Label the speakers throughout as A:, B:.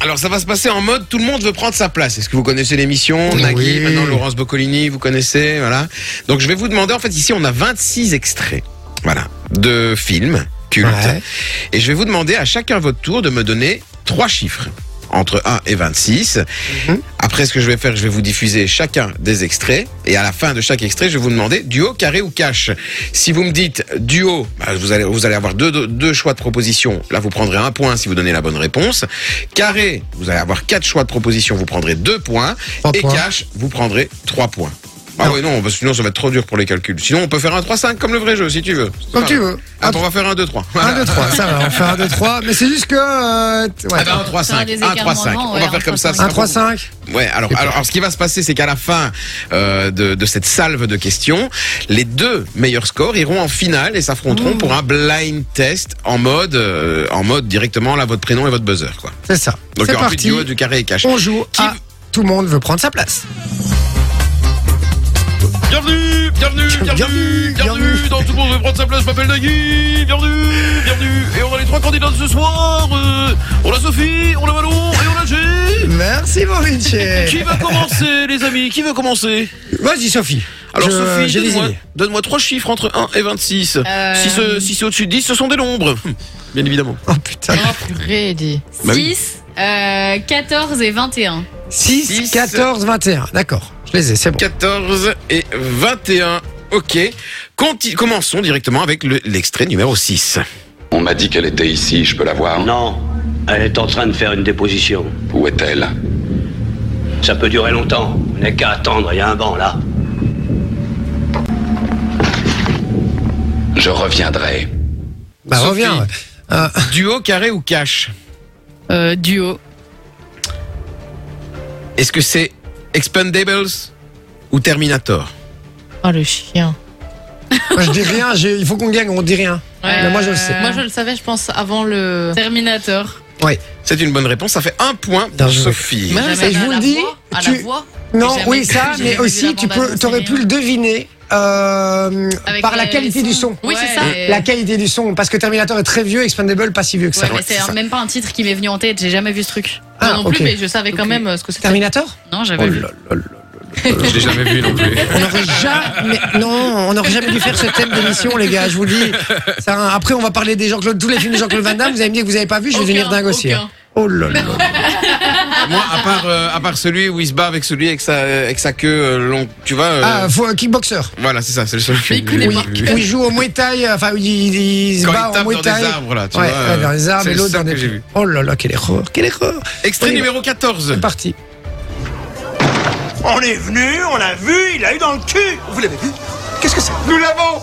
A: Alors ça va se passer en mode tout le monde veut prendre sa place. Est-ce que vous connaissez l'émission
B: Oui.
A: Nagui, maintenant Laurence Boccolini, vous connaissez, voilà. Donc je vais vous demander, en fait ici on a 26 extraits, voilà, de films cultes.
B: Ouais.
A: Et je vais vous demander à chacun votre tour de me donner trois chiffres, entre 1 et 26.
B: Mhm.
A: Après ce que je vais faire, je vais vous diffuser chacun des extraits. Et à la fin de chaque extrait, je vais vous demander duo, carré ou cash. Si vous me dites duo, bah, vous, allez, vous allez avoir deux, deux, deux choix de proposition. Là, vous prendrez un point si vous donnez la bonne réponse. Carré, vous allez avoir quatre choix de proposition, vous prendrez deux points.
B: Trois
A: et
B: points.
A: cash, vous prendrez trois points. Ah
B: Non.
A: oui, non, parce que sinon ça va être trop dur pour les calculs. Sinon, on peut faire un 3-5 comme le vrai jeu, si tu veux. C'est
B: Comme
A: pas
B: tu
A: grave.
B: veux.
A: Attends, on va faire un 2-3.
B: 1, 2, 3, ça va, on fait 1, 2, 3, mais c'est juste que... euh, t- ouais.
A: Ah ben, un 3 5
C: des
A: un
C: écarts
A: 3 5
C: moments,
A: on
C: ouais,
A: va
C: un
A: faire comme ça
C: 3-5.
A: ça
B: 1,
A: va
B: 3,
A: beaucoup.
B: 5
A: ouais alors, alors alors, ce qui va se passer c'est qu'à la fin euh, de, de cette salve de questions les deux meilleurs scores iront en finale et s'affronteront pour un blind test en mode euh, en mode directement là votre prénom et votre buzzer quoi
B: C'est ça.
A: donc il
B: C'est
A: y aura plus de
B: parti,
A: duo du carré et cash
B: on joue
A: Qui-
B: à Tout le monde veut prendre sa place.
D: Bienvenue, bienvenue, bienvenue,
B: Bienvenue,
D: bienvenue,
B: bienvenue.
D: dans tout le monde veut prendre sa place, je m'appelle Nagui, bienvenue, bienvenue, et on a les trois candidats de ce soir, euh, on a Sophie, on a Manon et on a G.
B: Merci, mon
D: Qui va commencer les amis, qui veut commencer
B: Vas-y, Sophie.
D: Alors
B: Je- j'ai
D: Sophie,
B: des
D: donne-moi
B: idées.
D: donne trois chiffres entre 1 et 26,
C: Euh.
D: si c'est si c'est au-dessus de 10, ce sont des nombres, bien évidemment.
B: Oh putain.
C: Oh purée, dis.
A: Bah oui.
C: 6, euh, 14 et 21.
B: 6,
A: Six.
B: 14, 21. D'accord, je les ai, c'est bon.
A: 14 et 21 ok Conti- commençons directement avec le- l'extrait numéro 6
E: On m'a dit qu'elle était ici, je peux la voir
F: Non, elle est en train de faire une déposition.
E: Où est-elle
F: Ça peut durer longtemps. On n'a qu'à attendre, il y a un banc là.
E: Je reviendrai.
B: Bah,
A: Sophie.
B: reviens. ouais. Euh,
A: duo carré ou cash
C: Euh, duo.
A: est-ce que c'est Expendables ou Terminator
C: Oh le chien.
B: moi, je dis rien, j'ai- il faut qu'on gagne, on dit rien. Mais moi, je le sais.
G: Moi, je le savais, je pense, avant le.
C: Terminator.
B: Ouais.
A: C'est une bonne réponse. Ça fait un point
B: Bien
A: pour
B: joué.
A: Sophie.
B: Mais-
G: Jamais
B: ça, je
G: à
B: vous
G: la
B: le dis,
G: voix, À
B: tu-
G: la voix.
B: Non,
G: Jamais
B: oui,
G: cru,
B: ça,
G: j'ai
B: mais
G: jamais vu
B: aussi,
G: la
B: tu
G: bande
B: peux,
G: annonce,
B: t'aurais
G: c'est
B: pu le deviner euh,
C: Avec
B: par la
C: les-
B: qualité
C: les
B: du
C: sons.
B: son.
G: Oui,
C: Ouais,
G: c'est ça.
C: et-
B: La qualité du son, parce que Terminator est très vieux, Expandable pas si vieux que ça.
C: Ouais, mais c'est
A: c'est ça.
C: même pas un titre qui m'est venu en tête, j'ai jamais vu ce truc.
B: Ah,
G: non, non plus,
B: ok. Oh
G: mais je savais quand
C: Ok.
G: même euh, ce que c'était.
B: Terminator
C: Non, j'avais vu.
A: Je l'ai jamais vu non plus.
B: On n'aurait jamais, non, on n'aurait jamais dû faire ce thème d'émission, les gars. Je vous le dis. Ça, après, on va parler des Jean-Claude, tous les films de Jean-Claude Van Damme. Vous avez me dit que vous n'avez pas vu, je vais
C: Aucun,
B: devenir dingue aussi.
C: aucun.
B: hein. Oh là là.
A: Moi, à part, euh, à part celui où il se bat avec celui avec sa, euh, avec sa queue euh, longue, tu vois. euh,
B: Ah, faut, euh, kickboxer.
A: Voilà, c'est ça, c'est le seul que
C: Mais il connaît
A: oui,
C: pas.
A: oui, oui.
B: Où il joue au Muay Thai, enfin, où il, il se
A: Quand
B: bat
A: il
B: en
A: tape
B: Muay
A: dans des
B: Thai.
A: arbres, là, tu
B: ouais,
A: vois.
B: ouais,
A: euh,
B: dans les arbres
A: c'est
B: et
A: le
B: l'autre
A: seul
B: dans des.
A: que j'ai vu.
B: Oh là là, quelle erreur, quelle erreur.
A: Extrait
B: Oui,
A: numéro 14.
B: C'est parti.
H: On est venu, on l'a vu, il l'a eu dans le cul Vous l'avez vu Qu'est-ce que c'est Nous l'avons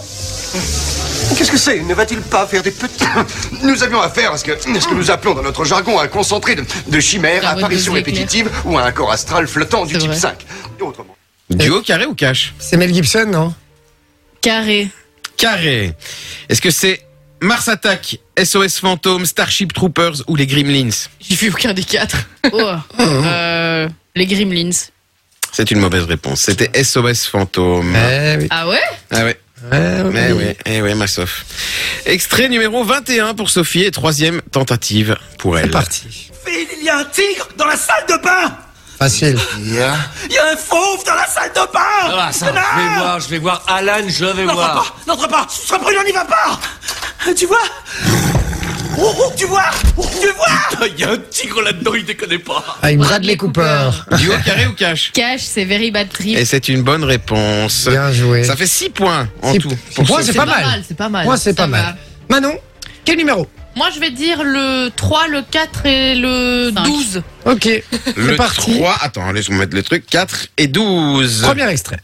H: Qu'est-ce que c'est Ne va-t-il pas faire des petits...
I: Nous avions affaire à ce que, ce que nous appelons dans notre jargon un concentré de, de chimères,
C: Chimère
I: apparitions
C: redevenue
I: répétitives ou un corps astral flottant du
C: C'est
I: type
C: vrai.
I: 5. Autrement.
A: Duo carré ou cash
B: C'est Mel Gibson, non
C: Carré.
A: Carré. Est-ce que c'est Mars Attack, SOS Fantôme, Starship Troopers ou les Gremlins
G: J'ai vu aucun des quatre.
C: Oh. euh, les Gremlins.
A: C'est une mauvaise réponse. C'était SOS Fantôme.
B: Eh oui.
C: Ah ouais
A: Ah ouais,
B: Eh oui.
A: mais oui, eh ouais, ma sof. Extrait numéro 21 pour Sophie et troisième tentative pour
B: C'est
A: elle.
B: parti.
H: Phil, il y a un tigre dans la salle de bain
B: Facile.
H: Il y a un fauve dans la salle de bain Non
D: je vais Ah, voir Alan, je vais
H: N'entre pas N'entre pas Ce sera brûlant, n'y va pas Tu vois Oh, oh, tu vois Oh, Tu vois
D: Il y a un tigre là-dedans, il déconne pas.
B: Avec Bradley
C: Bradley
B: Cooper.
A: Duo carré ou cash
C: Cash, c'est Very Bad Trip.
A: Et c'est une bonne réponse.
B: Bien joué.
A: Ça fait 6 points en
B: Six-
A: tout.
B: six
A: pour
B: points,
A: Sophie.
B: C'est pas mal.
G: C'est pas mal.
B: Moi, c'est
G: Ça
B: pas
G: va.
B: mal. Manon, quel numéro
G: Moi, je vais dire le 3, le 4 et le
C: Cinq.
G: 12.
B: Ok,
A: Le
B: c'est parti.
A: 3, attends, laisse-moi mettre le truc. 4 et 12.
B: Premier extrait.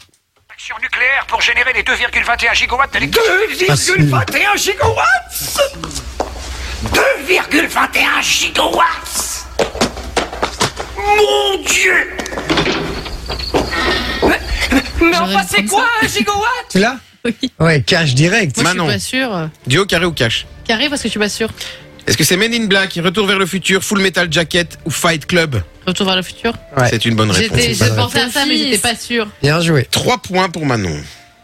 H: Action nucléaire pour générer les 2,21 gigawatts d'électricité.
B: Facile.
H: 2,21 gigawatts 2,21 gigawatts Mon Dieu Mais enfin, c'est quoi un gigawatt
B: Tu l'as
G: Oui.
B: Ouais, cash direct.
G: Moi,
A: Manon.
G: je suis pas sûre.
A: Duo carré ou cash
G: Carré, parce que je suis pas sûre.
A: Est-ce que c'est Men in Black, Retour vers le futur, Full Metal Jacket ou Fight Club
G: Retour vers le futur.
B: Ouais.
A: C'est une bonne réponse.
G: J'étais,
B: c'est pas
G: je
B: vrai.
G: pensais à ça, mais j'étais pas sûre.
B: Bien joué.
A: 3 points pour Manon.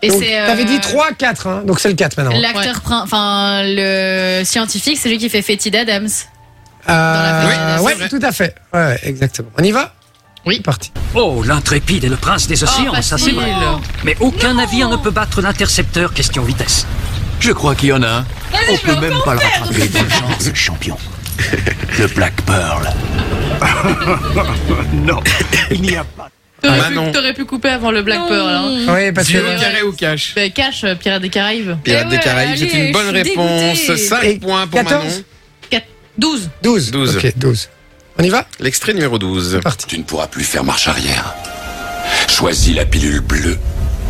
C: Et
B: Donc,
C: c'est, euh,
B: T'avais dit 3, 4, hein, donc c'est le 4 maintenant.
C: L'acteur, prin- enfin, le scientifique, c'est lui qui fait Fetid Adams. la
B: Euh,
C: famille,
B: ouais,
C: c'est vrai.
B: tout à fait. Ouais, exactement. On y va
C: Oui.
B: C'est parti.
J: Oh, l'intrépide est le prince des océans,
C: Oh,
J: ça c'est
C: facile.
J: vrai.
A: Ah,
J: Mais aucun navire ne peut battre l'intercepteur question vitesse.
D: Je crois qu'il y en a un.
G: Vas-y, je vais encore
I: pas le
G: faire.
I: rattraper.
G: Bonne
I: chance, champion. Le Black Pearl. non, il n'y a pas.
C: T'aurais
A: Bah
C: pu-
A: non.
C: T'aurais pu couper avant le Black Pearl. Hein.
B: Oui, parce
A: Duo,
B: que.
A: carré ou cash
C: Ben, Cash, euh, Pirates des Caraïbes.
A: Pirates
G: Eh
A: des
G: ouais,
A: Caraïbes, c'est
G: allez,
A: une bonne
G: je suis
A: réponse.
G: dégoûtée.
A: 5
B: Et
A: points pour
B: 14.
A: Manon.
C: 12.
B: 12.
A: 12.
B: Ok, 12. On y va
A: L'extrait numéro 12.
B: Parti.
E: Tu ne pourras plus faire marche arrière. Choisis la pilule bleue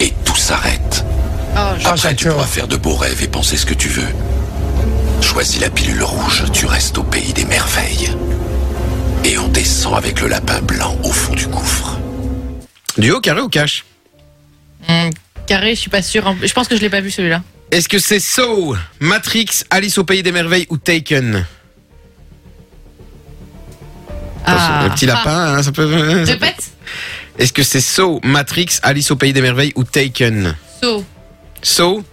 E: et tout s'arrête. Après, tu
B: Ah, j'adore.
E: pourras faire de beaux rêves et penser ce que tu veux. Choisis la pilule rouge, tu restes au pays des merveilles. Et on descend avec le lapin blanc au fond du gouffre.
A: Duo, carré ou cash
G: Hmm.
C: Hum, Carré, je suis pas sûre. En- Je pense que je l'ai pas vu celui-là.
A: Est-ce que c'est So, Matrix, Alice au Pays des Merveilles ou Taken Attention, Le petit lapin, hein, ça peut.
C: Ah. Répète.
A: Est-ce que c'est So, Matrix, Alice au Pays des Merveilles ou Taken
C: So.
A: So,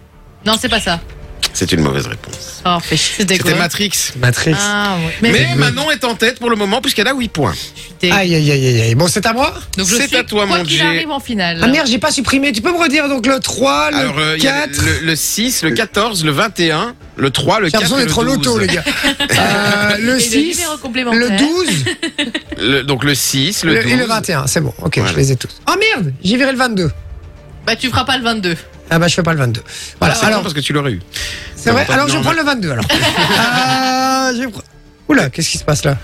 C: Non, c'est pas ça.
A: c'est une mauvaise réponse.
C: Oh, fait chier. C'était
A: C'était
C: quoi
A: Matrix.
B: Matrice.
C: Ah, ouais. Mais,
A: Mais Manon est en tête pour le moment puisqu'elle a 8 points.
C: putain.
B: Aïe, aïe, aïe, aïe, aïe. Bon, c'est à moi
C: Donc je
A: c'est
C: suis,
A: à toi,
C: quoi
A: mon
C: qu'il
A: Jay.
C: arrive en finale.
B: Ah merde, j'ai pas supprimé. Tu peux me redire donc le 3, le
A: Alors, euh, il y a
B: 4
A: le, le 6, le 14, le 21, le 3, le
B: J'ai
A: 4.
B: l'impression
A: et le
B: d'être au loto,
A: 12.
B: les gars. Euh, le
C: Et
B: 6,
C: numéro complémentaire.
B: le 12
A: Le- donc le 6, le,
B: le-
A: 12.
B: et le 21. C'est bon, ok,
A: Voilà.
B: je les ai tous. Oh merde, j'ai viré le 22.
C: Bah, tu feras pas le 22.
B: Ah bah, je fais pas le 22. Voilà,
A: Ah, c'est bon
B: alors,
A: parce que tu l'aurais eu.
B: c'est vrai.
A: pas
B: Alors,
A: bien,
B: je prends
A: mais-
B: le 22, alors. Euh, je prends- Oula, qu'est-ce qui se passe là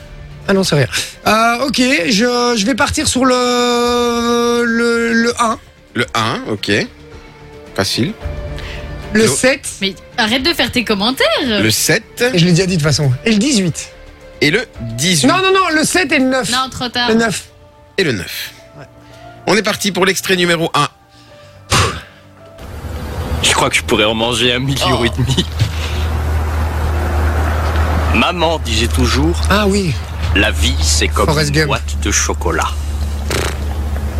B: Ah non, c'est rien. Euh, ok, je, je vais partir sur le, le, le 1,
A: Le 1, ok. Facile.
B: le
A: Le-
B: 7,
G: Mais arrête de faire tes commentaires.
A: Le 7
B: Euh. et je l'ai déjà dit de toute façon, et le 18.
A: et le 18
B: Non, non, non, le 7 et le 9.
G: Non, trop tard.
B: le 9.
A: et le 9. On est parti pour l'extrait numéro 1.
D: Je crois que je pourrais en manger un
F: Oh.
D: million et demi.
F: Maman disait toujours,
B: Ah oui,
F: la vie c'est comme
B: Forrest
F: une
B: Gump.
F: boîte de chocolat.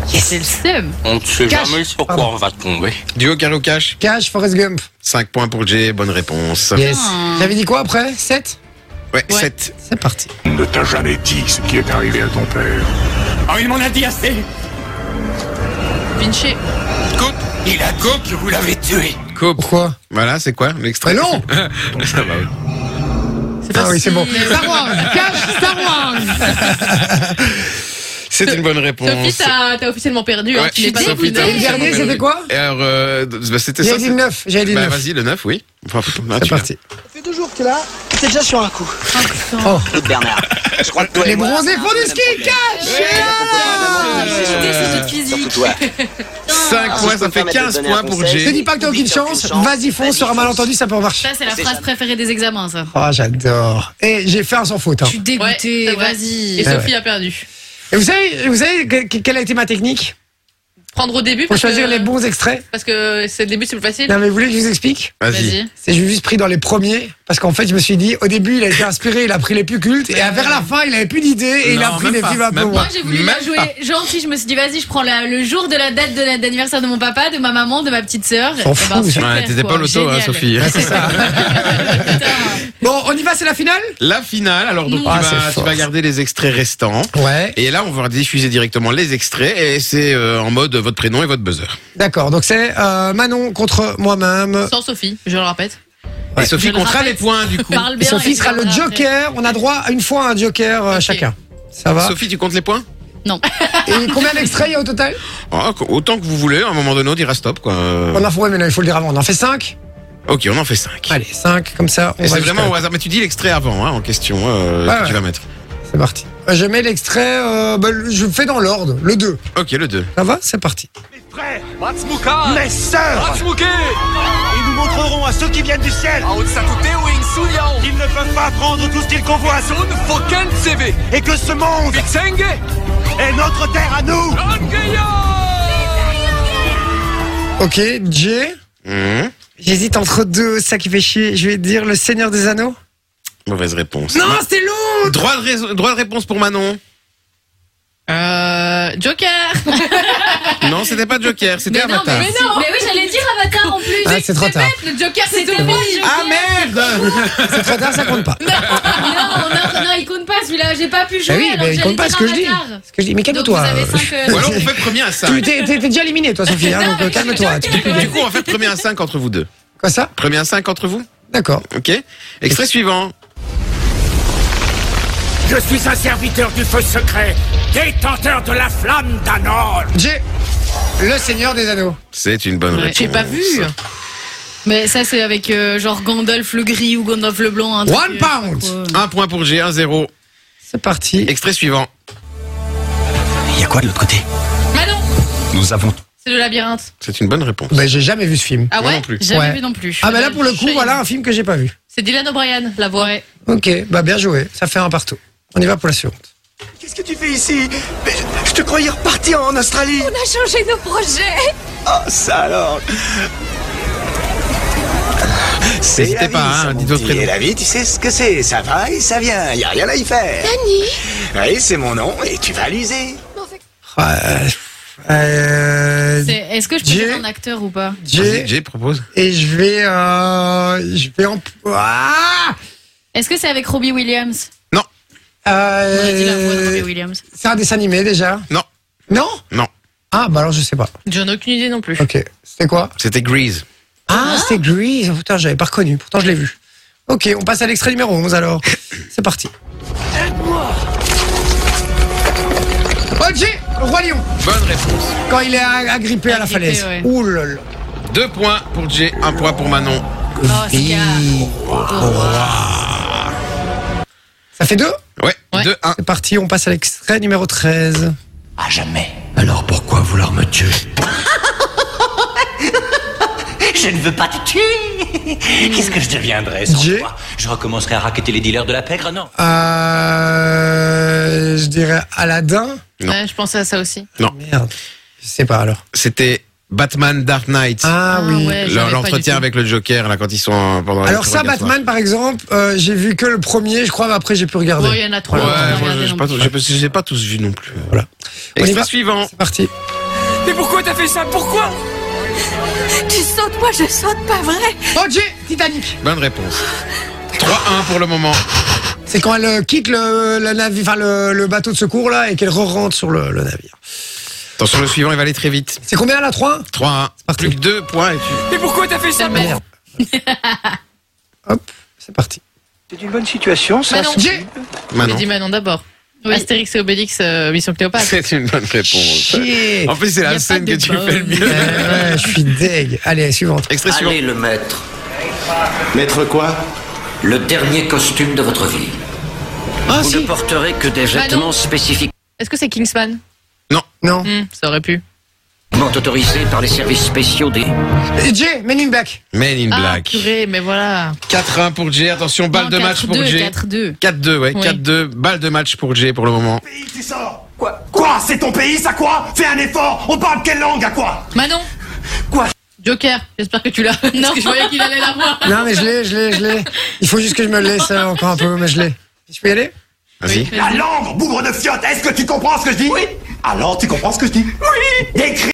G: C'est le seum.
F: On ne sait
B: Cache.
F: jamais sur quoi
B: Pardon.
F: on va tomber.
A: Duo carré ou cash
B: Cash, Forrest Gump.
A: 5 points pour Jay, bonne réponse.
B: Yes.
G: Ah.
B: J'avais dit quoi après 7
A: Ouais, 7.
B: C'est parti.
I: Ne t'a jamais dit ce qui est arrivé à ton père.
D: Oh, il m'en a dit assez
C: Vinci.
A: Coupe
D: Il a dit que vous l'avez tué
A: Coupe
B: Pourquoi
A: Voilà, c'est quoi l'extrait
B: Très long
A: Ça va, oui.
B: Ah oui, c'est bon.
C: Star Wars. Cash, Star Wars.
A: C'est une bonne réponse.
C: Sophie, t'as t'as officiellement perdu. hein,
A: Ouais,
C: tu n'es pas
A: Sophie, t'as-
B: Et le dernier, c'était quoi
A: Et alors, euh, bah, c'était ça.
B: J'avais dit le 9. J'avais dit le
A: Bah,
B: 9.
A: vas-y, le 9, oui. Enfin, ah,
B: C'est
A: tu l'as.
B: parti.
C: Oh,
F: Claude Bernard, je crois que toi et
B: Les
F: moi,
B: bronzés font du ski
C: Ah, J'ai
A: Euh,
C: jeté ce jeu de physique.
F: toi.
A: 5
B: Ah,
A: points, ça fait 15 points pour
B: Je te
A: Jay.
B: dis pas que t'as aucune chance. Vas-y, fonce. Sur un malentendu, ça peut marcher.
G: Ça, c'est la phrase préférée des examens, ça.
B: Oh, j'adore. Et j'ai fait un sans faute. hein.
G: Je suis dégoûtée.
C: Ouais, c'est vrai.
G: Vas-y.
C: Et
B: Ah
C: Sophie a perdu.
B: Et vous savez, vous savez que- que- quelle a été ma technique
C: Prendre au début
B: Pour
C: parce
B: choisir
C: que,
B: les bons extraits
C: parce que c'est le début, c'est plus facile.
B: Non, mais vous voulez que je vous explique
A: Vas-y.
C: Vas-y.
B: c'est je me suis pris dans les premiers parce qu'en fait je me suis dit au début il a été inspiré il a pris les plus cultes et à vers la fin il avait plus d'idées et il a
A: Non,
B: pris
A: même
B: les
A: pas,
B: films un peu
A: même
B: moins.
G: Moi, j'ai voulu la
A: Même
G: jouer
A: pas.
G: gentil. Je me suis dit, vas-y, je prends la- le jour de la date de la- d'anniversaire de mon papa, de ma maman, de ma petite sœur.
B: S'en
G: Eh
B: fout,
G: ben,
B: ça.
G: super,
A: Ouais, t'étais
G: quoi.
A: pas l'auto,
G: Génial.
A: hein,
G: Bah,
A: Sophie.
B: Bon on y va c'est la finale
A: La finale, alors donc
B: Ah,
A: tu, vas,
B: c'est
A: tu
B: fort.
A: vas garder les extraits restants.
B: Ouais.
A: Et là, on va diffuser directement les extraits et c'est euh, en mode votre prénom et votre buzzer.
B: D'accord, donc c'est euh, Manon contre moi-même.
C: Sans Sophie, je le répète.
A: Et Sophie
C: Je le
A: comptera
C: rappelle.
A: les points du coup.
G: Parle
B: Et
G: bien.
B: Sophie
G: et
B: sera le
G: parle après.
B: joker. On a droit à une fois à un joker euh,
C: Ok.
B: chacun. Ça va
A: Sophie, tu comptes les points
C: Non.
B: Et combien d'extraits il y a au total
A: Ah, qu- Autant que vous voulez, à un moment donné, on dira stop quoi. Euh,
B: On en fait, ouais, mais non, il faut le dire avant. On en fait 5
A: Ok, on en fait 5.
B: Allez, 5, comme ça. On
A: Et
B: va
A: c'est
B: jusqu'à-
A: vraiment au hasard. Mais tu dis l'extrait avant hein, en question euh,
B: Ouais,
A: que tu
B: ouais.
A: vas mettre.
B: C'est parti. Euh, Je mets l'extrait, euh, bah, le- je fais dans l'ordre, le 2.
A: Ok, le 2.
B: Ça va C'est parti.
H: Frère,
D: Matsmuka
H: mes sœurs,
D: Matsmuke
H: ils nous montreront à ceux qui viennent du ciel qu'ils ne peuvent pas prendre tout ce qu'ils convoitent et que ce monde est notre terre à nous.
B: Ok, Jay.
A: Hmm,
B: J'hésite entre deux, ça qui fait chier. Je vais dire le Seigneur des Anneaux.
A: Mauvaise réponse.
B: Non,
A: Ma-
B: c'est long
A: droit, de rais- droit de réponse pour Manon.
C: Euh, Joker.
A: Non, Non, c'était pas Joker, c'était
G: Mais non,
A: Avatar.
G: mais non Mais oui, j'allais dire Avatar en plus
B: Ah, c'est trop tard.
G: bête, le Joker, c'est tout moi, le Joker.
A: Ah merde
B: C'est trop tard, ça compte
G: Bah
B: pas.
G: Non, non, non, il compte pas celui-là, j'ai pas pu jouer.
B: Bah oui,
G: alors
B: mais il
G: j'allais
B: compte pas
G: dire
B: ce que je dis.
G: Avatar.
B: Ce que je dis. Mais
G: Donc
B: calme-toi.
G: vous avez cinq, euh,
A: Ou alors on fait premier à 5.
B: Tu t'es t'es- t'es déjà éliminé, toi, Sophie. hein,
G: Non,
B: donc
G: mais
B: euh,
G: je-
B: calme-toi. Tu peux plus
A: Du
B: dire.
A: coup, on va faire premier à 5 entre vous deux.
B: Quoi ça
A: Premier à 5 entre vous
B: D'accord.
A: Ok Extrait suivant.
K: Je suis un serviteur du feu secret, détenteur de la flamme d'Anor.
B: J'ai le Seigneur des Anneaux.
A: C'est une bonne
C: Ouais,
A: réponse.
C: J'ai pas vu.
G: Mais ça, c'est avec euh, genre Gandalf le gris ou Gandalf le blanc. un truc,
B: One
G: euh, je sais pas
B: pound.
G: quoi.
A: Un point pour G, 1-0.
B: C'est parti.
A: Extrait suivant.
E: Il y a quoi de l'autre côté
G: Ah non,
E: Nous avons
G: c'est le labyrinthe.
A: C'est une bonne réponse.
B: Bah, j'ai jamais vu ce film.
G: Ah
A: Moi
G: ouais
A: non plus.
G: Jamais
B: Ouais.
G: vu non plus.
B: Ah, bah là, pour le coup,
G: J'ai-
B: voilà un film que j'ai pas vu.
G: C'est Dylan O'Brien, la voix.
B: Ok, bah bien joué. Ça fait un partout. On y va pour la suivante.
H: Qu'est-ce que tu fais ici Mais je, je te croyais repartir en Australie.
G: On a changé nos projets
H: Oh, ça alors. C'est
A: N'hésitez pas,
H: la vie,
A: hein,
H: ça, mon
A: dites votre
H: petit.
A: prénom.
H: Et La vie, tu sais ce que c'est. Ça va et ça vient. Y a rien à y faire. Dani. Oui, c'est mon nom et tu vas l'user.
B: Ouais, euh,
G: C'est- Est-ce que je peux
B: J'ai-
G: être un acteur ou pas
A: Vas-y,
B: J'ai
A: G propose.
B: et je vais euh, je vais en ah
G: Est-ce que c'est avec Robbie Williams On a dit la voix de Robbie
B: Euh,
G: Williams.
B: c'est un dessin animé déjà
A: Non.
B: non
A: Non.
B: ah bah alors je sais pas
C: J'en ai aucune idée non plus.
B: ok c'était quoi
A: C'était Grease.
B: ah c'était Grease Oh, putain j'avais pas reconnu pourtant je l'ai vu ok on passe à l'extrait numéro 11 alors c'est parti aide-moi le roi lion
A: Bonne réponse.
B: quand il est ag- agrippé à la
G: Agrippé,
B: falaise
G: ouais.
B: Ouh là là.
A: Deux points pour G, un point pour Manon.
G: Oh,
B: Ah,
G: c'est gars.
B: ça fait deux
A: Ouais,
C: Ouais.
A: 2-1.
B: c'est parti on passe à l'extrait numéro 13
E: à jamais. Alors pourquoi vouloir me tuer
K: Je ne veux pas te tuer. Qu'est-ce que je deviendrais sans
B: J'ai-
K: toi Je recommencerai à raqueter les dealers de la pègre, non
B: Euh, je dirais Aladdin.
A: Non.
C: Ouais, je pensais à ça aussi.
B: Merde. Je sais pas alors.
A: C'était Batman Dark Knight.
B: Ah, oui.
C: ouais, j'en ai
A: Leur-
C: pas
A: L'entretien
C: du
A: avec le Joker, là, quand ils sont euh, pendant
B: Alors ça,
A: l'interrogatoire.
B: Batman par exemple, euh, j'ai vu que le premier, je crois, mais après j'ai pu
C: tout.
B: regarder.
C: Bon, il y en a trois.
A: Ouais,
C: on va pas
A: moi,
C: regarder
A: je
C: non
A: pas,
C: plus.
A: j'ai pas- je les ai pas tous vus non plus.
B: Voilà. On y
A: Extrait
B: va.
A: suivant.
B: C'est parti.
K: Mais pourquoi t'as fait ça Pourquoi
L: Tu sautes, moi je saute, pas vrai
B: OJ Titanic.
A: Bonne réponse. 3-1 pour le moment.
B: C'est quand elle euh, quitte le, le navire, enfin le, le bateau de secours là, et qu'elle re-rentre sur le, le navire.
A: Attention, le suivant, il va aller très vite.
B: C'est combien la 3
A: 3-1.
B: parti.
A: Plus que 2 points et tu...
K: Mais pourquoi t'as fait ça
B: Merde. Hop, c'est parti.
H: C'est une bonne situation, ça.
C: Manon.
B: J'ai
C: J'ai
A: Manon.
C: dit Manon d'abord. Astérix et Obélix, euh, Mission Cléopâtre.
A: C'est une bonne réponse.
B: chier.
A: En plus, c'est
C: Y a
A: la
C: pas
A: scène que
C: de
A: tu
C: bonne.
A: fais le mieux.
B: Ouais, ouais, je suis deg. Allez, suivante.
A: Extrait suivant.
J: le maître.
I: Maître quoi
J: Le dernier costume de votre vie.
B: Ah
J: Vous ne
B: si.
J: porterez que des
C: Bah non.
J: vêtements spécifiquement
C: Est-ce que c'est Kingsman
B: Non.
C: Hmm, Ça aurait pu.
J: autorisés par les services spéciaux des...
B: Jay, Men in Black.
A: Men in
C: Ah,
A: Black.
C: purée, mais voilà.
A: 4-1 pour G. Attention, balle
G: Non,
A: de match pour
G: 4-2,
A: G.
G: 4-2.
A: 4-2, ouais.
C: Oui.
A: 4-2. Balle de match pour G pour le moment.
H: Tu sors Quoi Quoi C'est ton pays, ça quoi Fais un effort On parle quelle langue, à quoi
C: Manon
H: Quoi
C: Joker, j'espère que tu l'as. Non, Parce que je voyais qu'il allait l'avoir.
B: Non mais je l'ai, je l'ai, je l'ai. Il faut juste que je me laisse euh, encore un peu, mais je l'ai. Je peux y aller
A: Vas-y. Euh,
H: La langue, bougre de fiotte Est-ce que tu comprends ce que je dis Oui Alors, tu comprends ce que je dis Oui Décris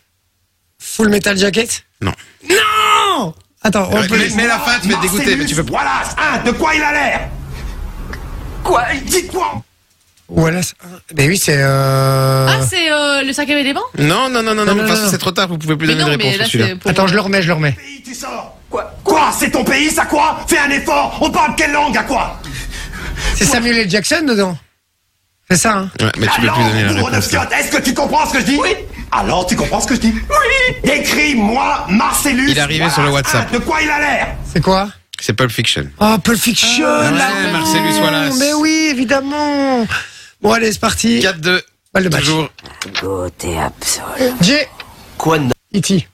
B: Full Metal Jacket
A: Non.
B: Non Attends, on peut...
A: Mais, mais la fin, tu vas te dégoûter. Mais tu peux pas.
H: Voilà Hein De quoi il a l'air Quoi Dis quoi
B: Voilà. c'est- Mais oui, c'est... Euh...
C: Ah, c'est euh, le cinquième élément
A: Non, non, non, non, non. De
B: non,
A: toute façon,
B: non.
A: c'est trop tard. Vous pouvez plus
C: Mais
A: donner de
C: non,
A: réponse
C: mais là,
A: sur celui-là.
C: c'est pour.
B: Attends, je le remets, je le remets.
H: Pays, tu sors Quoi Quoi C'est ton pays, ça quoi Fais un effort On parle quelle langue, à quoi
B: C'est Samuel L. Jackson dedans C'est ça, hein
A: Ouais, mais tu peux plus
H: langue,
A: donner la
H: bougre de
A: réponse. là.
H: fiotte Est-ce que tu comprends ce que je dis Oui Alors, tu comprends ce que je dis Oui Décris-moi Marcellus
A: Il est arrivé sur le
H: Wallace.
A: WhatsApp.
H: Hein, De quoi il a l'air
B: C'est quoi
A: C'est Pulp Fiction.
B: Oh, Pulp Fiction
A: Ah, ouais,
B: là
A: Marcellus Wallace.
B: Mais oui, évidemment Bon, allez, c'est parti.
A: 4-2.
B: Balle de match.
A: Toujours.
L: Côté absolu.
B: J'ai...
K: Quoi non
B: E.T.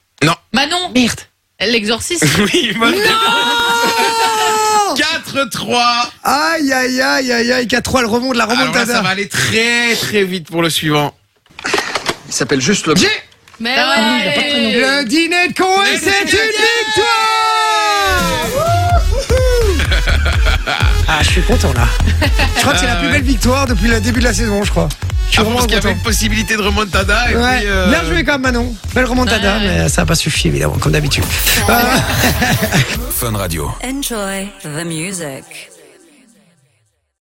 C: Manon
B: Merde
C: L'exorciste
A: Oui, bonne
B: Oh.
A: réponse. 4-3.
B: Aïe, aïe, aïe, aïe, aïe, 4-3, le remonte, la
A: Alors là, Ah, ça va
B: remontada.
A: aller très, très vite pour le suivant.
I: Il s'appelle juste le.
B: J'ai...
G: Mais
C: Ah oui, il a pas de prénom.
G: ouais
B: Le dîner de con, et c'est une victoire
A: Euh,
B: Ah, je suis content là. Je crois que c'est la plus belle victoire depuis le début de la saison, je crois. Je suis
A: Ah, parce
B: vraiment
A: qu'il y avait
B: content.
A: une possibilité de remontada. Et
B: Ouais.
A: puis, euh,
B: Bien joué quand même Manon. Belle remontada, mais ça n'a pas suffi Euh, évidemment, comme d'habitude.
M: Fun Radio.
N: Enjoy the music.